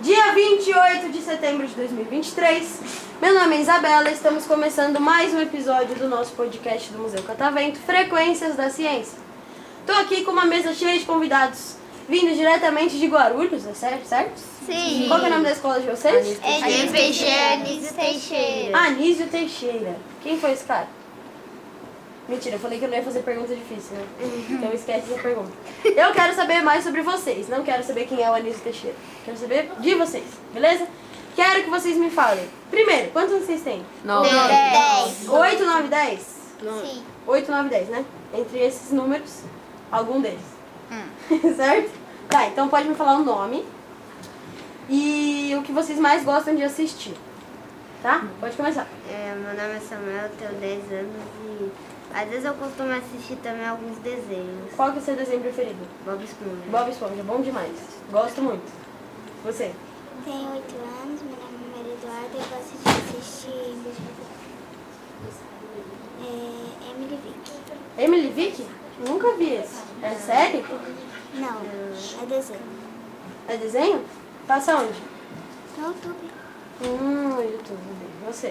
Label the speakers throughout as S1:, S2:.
S1: Dia 28 de setembro de 2023. Meu nome é Isabela e estamos começando mais um episódio do nosso podcast do Museu Catavento, Frequências da Ciência. Tô aqui com uma mesa cheia de convidados, vindo diretamente de Guarulhos, é certo? certo?
S2: Sim.
S1: Qual que é o nome da escola de vocês?
S2: Elis Teixeira, Anísio Teixeira.
S1: Anísio Teixeira. Quem foi esse cara? Mentira, eu falei que eu não ia fazer pergunta difícil, né? Então esquece essa pergunta. Eu quero saber mais sobre vocês, não quero saber quem é o Anísio Teixeira. Quero saber de vocês, beleza? Quero que vocês me falem. Primeiro, quantos anos vocês têm?
S3: É,
S2: Dez.
S1: 8, 9, 10?
S2: Sim.
S1: 8, 9, 10, né? Entre esses números, algum deles. certo? Tá, então pode me falar o nome e o que vocês mais gostam de assistir. Tá? Pode começar.
S3: É, meu nome é Samuel, tenho 10 anos e às vezes eu costumo assistir também alguns desenhos.
S1: Qual que é o seu desenho preferido?
S3: Bob Esponja.
S1: Bob Esponja, bom demais. Gosto muito. Você?
S2: Tenho 8 anos, meu nome é Maria Eduarda e gosto de assistir é, Emily Vick.
S1: Emily Vick? Nunca vi esse. É série?
S2: Não, é desenho.
S1: É desenho? Passa onde?
S2: No YouTube.
S1: Hum, no YouTube. Você?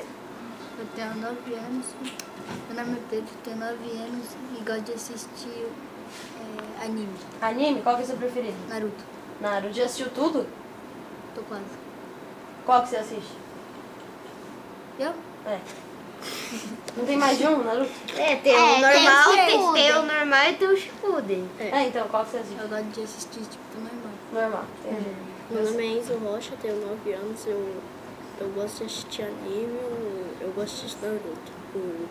S4: Eu tenho 9 anos. Meu nome é Pedro, tenho 9 anos e gosto de assistir é, anime.
S1: Anime? Qual que é o seu preferido?
S4: Naruto,
S1: Naruto. Já assistiu tudo?
S4: tô quase.
S1: Qual que você assiste?
S4: Eu?
S1: É. Não tem mais de um, Naruto?
S3: É, tem
S2: É,
S3: o normal,
S2: tem o
S3: tem, tem o
S2: Shippuden.
S3: normal e tem o Shippuden.
S1: É, então, qual que você assiste?
S4: Eu gosto de assistir tipo normal.
S1: Normal. Entendi.
S5: Meu nome é Enzo Rocha, tenho 9 anos, eu, eu gosto de assistir anime, eu- eu gosto de assistir Naruto. O,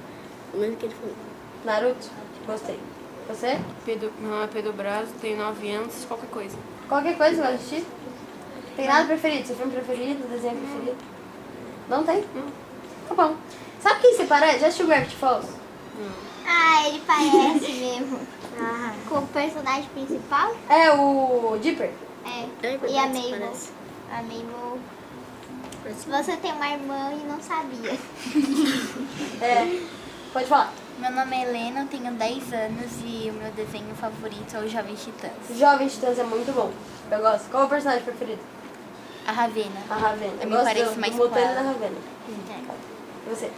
S5: o mesmo que ele falou.
S1: Naruto? Gostei. Você?
S6: Pedro, meu nome é Pedro Braz, tenho 9 anos, qualquer coisa.
S1: Qualquer coisa você vai assistir? Tem nada preferido? Seu filme preferido? Desenho preferido? Não tem? Tá bom. Sabe quem se parece? Já assistiu Gravity Falls?
S2: Ah, ele parece mesmo. Com o personagem principal
S1: É o Dipper.
S2: é,
S5: É,
S2: e a
S5: parece,
S2: Mabel.
S5: parece.
S2: A Mabel. Você tem uma irmã e não sabia.
S1: É. Pode falar.
S7: Meu nome é Helena, eu tenho 10 anos e o meu desenho favorito é o Jovem Titãs.
S1: Jovem Titãs é muito bom. Eu gosto. Qual é o personagem preferido?
S7: A
S1: A
S7: Ravena.
S1: Ravena. Eu
S7: me
S1: gosto
S7: pareço
S1: do,
S7: mais
S1: do
S7: com
S1: Mutano
S7: ela.
S1: da Ravena. Você?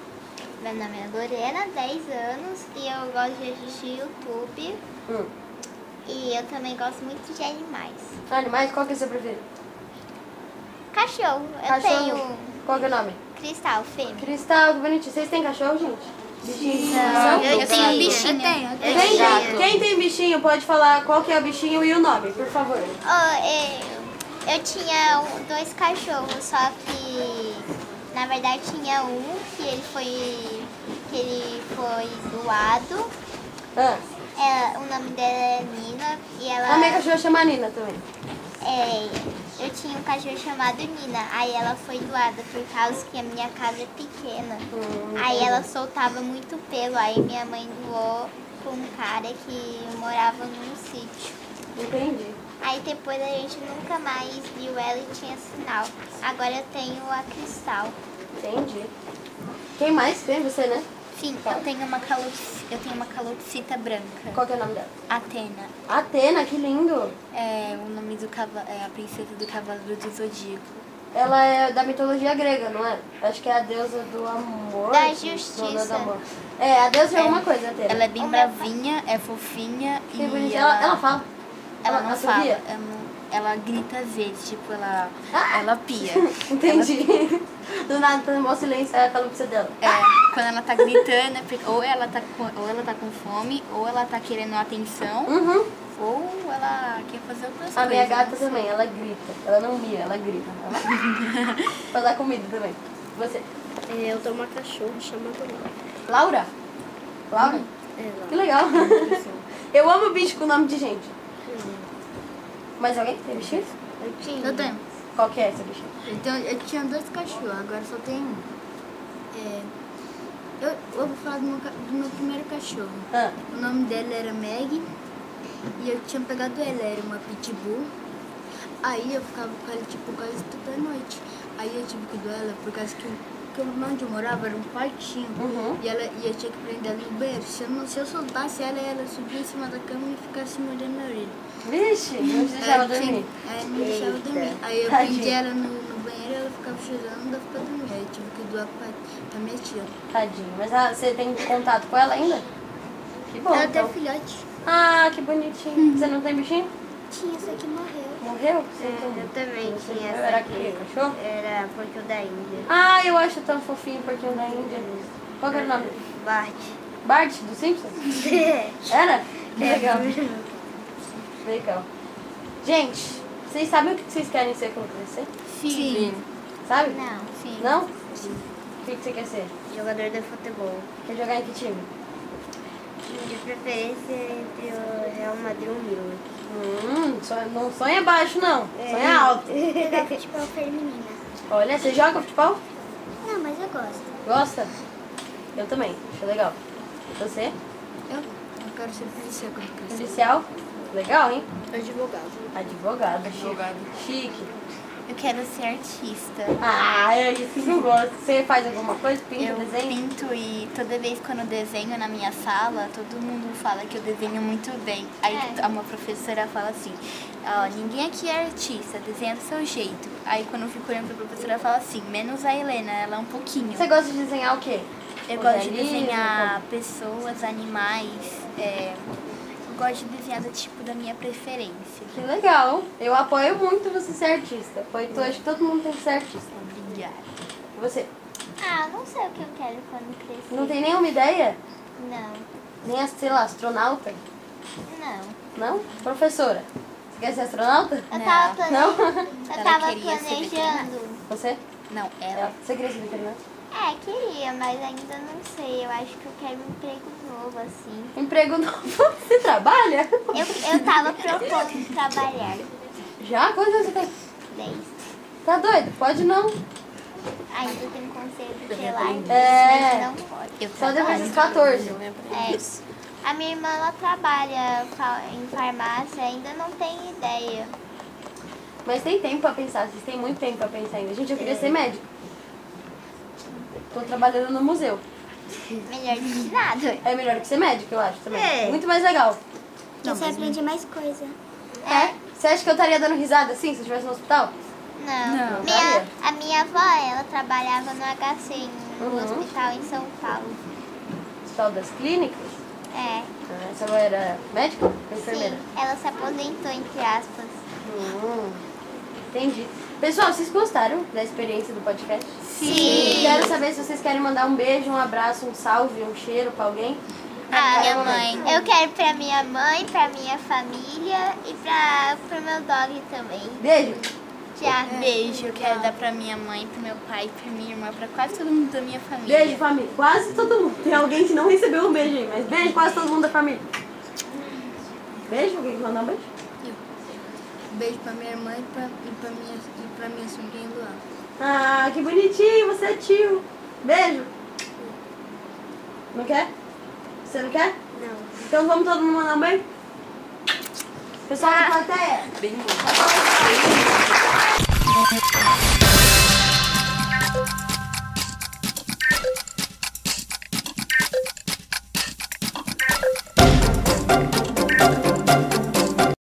S2: Meu nome é Lorena, 10 anos e eu gosto de assistir YouTube.
S1: Hum.
S2: E eu também gosto muito de animais.
S1: Animais, qual que é o seu preferido?
S2: Cachorro, eu
S1: Cachorro.
S2: tenho um
S7: um.
S1: Qual que é o nome?
S2: cristal fêmea.
S1: Cristal, que bonitinho. Vocês têm cachorro, gente? Bichinho. Não.
S7: Eu tenho um
S4: Eu
S7: bichinho.
S4: tenho, eu tenho.
S1: Quem tem, quem tem bichinho pode falar qual que é o bichinho e o nome, por favor.
S2: Oh, eu, eu tinha um- dois cachorros, só que na verdade tinha um que ele foi que ele foi doado.
S1: Ah,
S2: É, o nome dela é Nina e ela
S1: a minha cachorra chama Nina também.
S2: é, eu tinha um cachorro chamado Nina, aí ela foi doada por causa que a minha casa é pequena.
S1: Hum.
S2: Aí ela soltava muito pelo, aí minha mãe doou pra um cara que morava num sítio.
S1: Entendi.
S2: Aí depois a gente nunca mais viu ela e tinha sinal. Agora eu tenho a cristal.
S1: Entendi. Quem mais tem? Você, né?
S7: Sim, eu tenho uma calopsita, eu tenho uma calopsita branca.
S1: Qual que é o nome dela?
S7: Atena.
S1: Atena, que lindo.
S7: É o nome do cavalo, é a princesa do cavalo do Zodíaco.
S1: Ela é da mitologia grega, não é? Acho que é a deusa do amor.
S2: Da
S1: do-
S2: justiça.
S1: do- do amor. É, a deusa de alguma coisa, Atena.
S7: Ela é bem
S2: O meu pai-
S7: bravinha, é fofinha
S1: que
S7: e
S1: bonita. Ela, ela fala.
S7: ela
S1: ela
S7: não fala,
S1: assobia?
S7: ela, não- ela grita às vezes, tipo, ela,
S1: Ah!
S7: ela pia.
S1: Entendi. Do nada, tá no maior silêncio, é a calopsia dela.
S7: É, quando ela tá gritando, é porque ou ela tá, com, ou ela tá com fome, ou ela tá querendo atenção,
S1: Uhum.
S7: ou ela quer fazer outras
S1: A
S7: coisas.
S1: minha gata também, ela grita. Ela não mira, ela grita. Ela... pra dar comida também. Você.
S5: É, eu tenho uma cachorra chamada Laura.
S1: Laura? Laura?
S5: É, Laura.
S1: Que legal. Eu amo bicho com nome de gente. Mas alguém tem bichinho?
S4: Eu tenho.
S1: Qual que é essa bichinho?
S4: Eu, tenho, eu tinha dois cachorros, agora só tenho um. É, eu, eu vou falar do meu, ca- do meu primeiro cachorro.
S1: Ah,
S4: O nome dela era Meg e eu tinha pegado ela, era uma pitbull. Aí eu ficava com ela tipo quase toda noite. Aí eu tive que doar ela por causa que que onde eu morava era um quartinho. E ela e eu tinha que prender ela no banheiro. Se eu, não, se eu soltasse ela, ela subia em cima da cama e ficasse molhando a orelha.
S1: Vixe, não te deixava
S4: Ela tinha-
S1: dormir.
S4: É, não deixava eu dormir. Aí eu
S1: Tadinha.
S4: prendi ela no, no banheiro, ela ficava chorando, ela ficava dormindo. Aí eu tive que doar pra, pra minha tia.
S1: Tadinho. Mas ah, você tem contato com ela ainda? Que bom,
S4: ela
S1: então.
S4: tem filhote.
S1: Ah, que bonitinho. Você não tem bichinho?
S2: Tinha, só que morreu.
S1: Morreu?
S3: É, eu também tinha
S1: Eu
S3: essa
S1: era
S3: aqui.
S1: que cachorro?
S3: Era porquinho da Índia.
S1: Ah, eu acho tão fofinho o porquinho da Índia. Qual que era o nome? dele?
S3: Bart.
S1: Bart, do Simpsons? Era? Legal. Legal. Gente, vocês sabem o que vocês querem ser quando crescer?
S7: Sim.
S1: Sabe?
S2: Não, sim.
S1: Não? O que que você quer ser?
S3: Jogador de futebol.
S1: Quer jogar em que time?
S3: De preferência entre o Real Madrid e o Milan.
S1: Hum, sonha- não sonha baixo, não. Sonha alto.
S2: Jogar futebol feminina.
S1: É. Olha, você joga futebol?
S2: Não, mas eu gosto.
S1: Gosta? Eu também. Acho legal. Você?
S4: Eu, eu quero ser policial quando crescer.
S1: Policial? Legal, hein?
S5: Advogado.
S1: Advogado.
S6: Advogado.
S1: Chique. Chique.
S2: Eu quero ser artista.
S1: Ah, é isso que eu gosto. Você faz alguma coisa? Pinta,
S2: Eu
S1: desenho?
S2: pinto e toda vez quando eu desenho na minha sala, todo mundo fala que eu desenho muito bem. Aí a uma professora fala assim, ó, ninguém aqui é artista, desenha do seu jeito. Aí quando eu fico olhando pra professora, ela fala assim, menos a Helena, ela é um pouquinho.
S1: Você gosta de desenhar o quê?
S2: Eu gosto de
S1: Organismo,
S2: desenhar pessoas, animais, é, eu gosto de desenhar do tipo da minha preferência.
S1: Que legal. Eu apoio muito você ser artista. Foi, tu, acho que todo mundo tem que ser artista.
S2: Obrigada.
S1: E Você
S2: Ah, não sei o que eu quero quando crescer.
S1: não tem nenhuma ideia?
S2: Não,
S1: Nem, sei lá, astronauta?
S2: não.
S1: Não? Professora, você quer ser astronauta?
S2: Eu tava
S1: Não?
S2: Eu
S7: Ela
S2: tava
S7: queria ser
S2: planejando.
S1: Você?
S7: Não,
S1: É.
S7: ela.
S1: Você queria ser veterinário?
S2: É, queria, mas ainda não sei. Eu acho que eu quero um emprego novo, assim.
S1: Emprego novo. Você trabalha?
S2: Eu, eu tava propondo trabalhar.
S1: Já? Quantos anos você tem?
S2: Daí,
S1: Tá doido? Pode não.
S2: ainda tem um conselho tutelar.
S1: É.
S2: Mas não pode.
S7: Eu
S1: Só depois
S7: trabalho.
S1: dos 14.
S2: É. A minha irmã, ela trabalha fa- em farmácia, ainda não tem ideia.
S1: Mas tem tempo pra pensar. Vocês têm muito tempo pra pensar ainda. Gente, eu queria ser médico. Tô trabalhando no museu.
S2: Melhor do que nada.
S1: É melhor que ser médico, eu acho também.
S3: É.
S1: Muito mais legal.
S2: Você aprende mais coisa.
S1: É? Você acha que eu estaria dando risada assim se eu estivesse no hospital?
S2: Não.
S1: Não.
S2: Minha, a minha avó, ela trabalhava no HC, em- no
S1: Uhum.
S2: hospital em São Paulo.
S1: Hospital das clínicas?
S2: É.
S1: Ah, Essa mulher era médica? Ou Enfermeira?
S2: Sim, ela se aposentou, entre aspas.
S1: Hum, entendi. Pessoal, vocês gostaram da experiência do podcast?
S2: Sim.
S1: Quero saber se vocês querem mandar um beijo, um abraço, um salve, um cheiro pra alguém.
S2: Ah,
S1: minha
S2: eu-
S1: mãe.
S2: Eu quero pra minha mãe, pra minha família e pra, pro meu dog também.
S1: Beijo.
S2: Já.
S7: Beijo, eu quero dar pra minha mãe, pro meu pai, pra minha irmã, pra quase todo mundo da minha família.
S1: Beijo, família. Quase todo mundo. Tem alguém que não recebeu um beijo aí, mas beijo quase todo mundo da família. Beijo? Alguém quer mandar um beijo?
S4: Beijo pra minha irmã e pra, e pra minha, e pra minha sobrinha Luan.
S1: Ah, que bonitinho, você é tio. Beijo. Não quer? Você não quer? Não. Então vamos todo mundo mandar um beijo? Pessoal da plateia.
S6: Bem bom.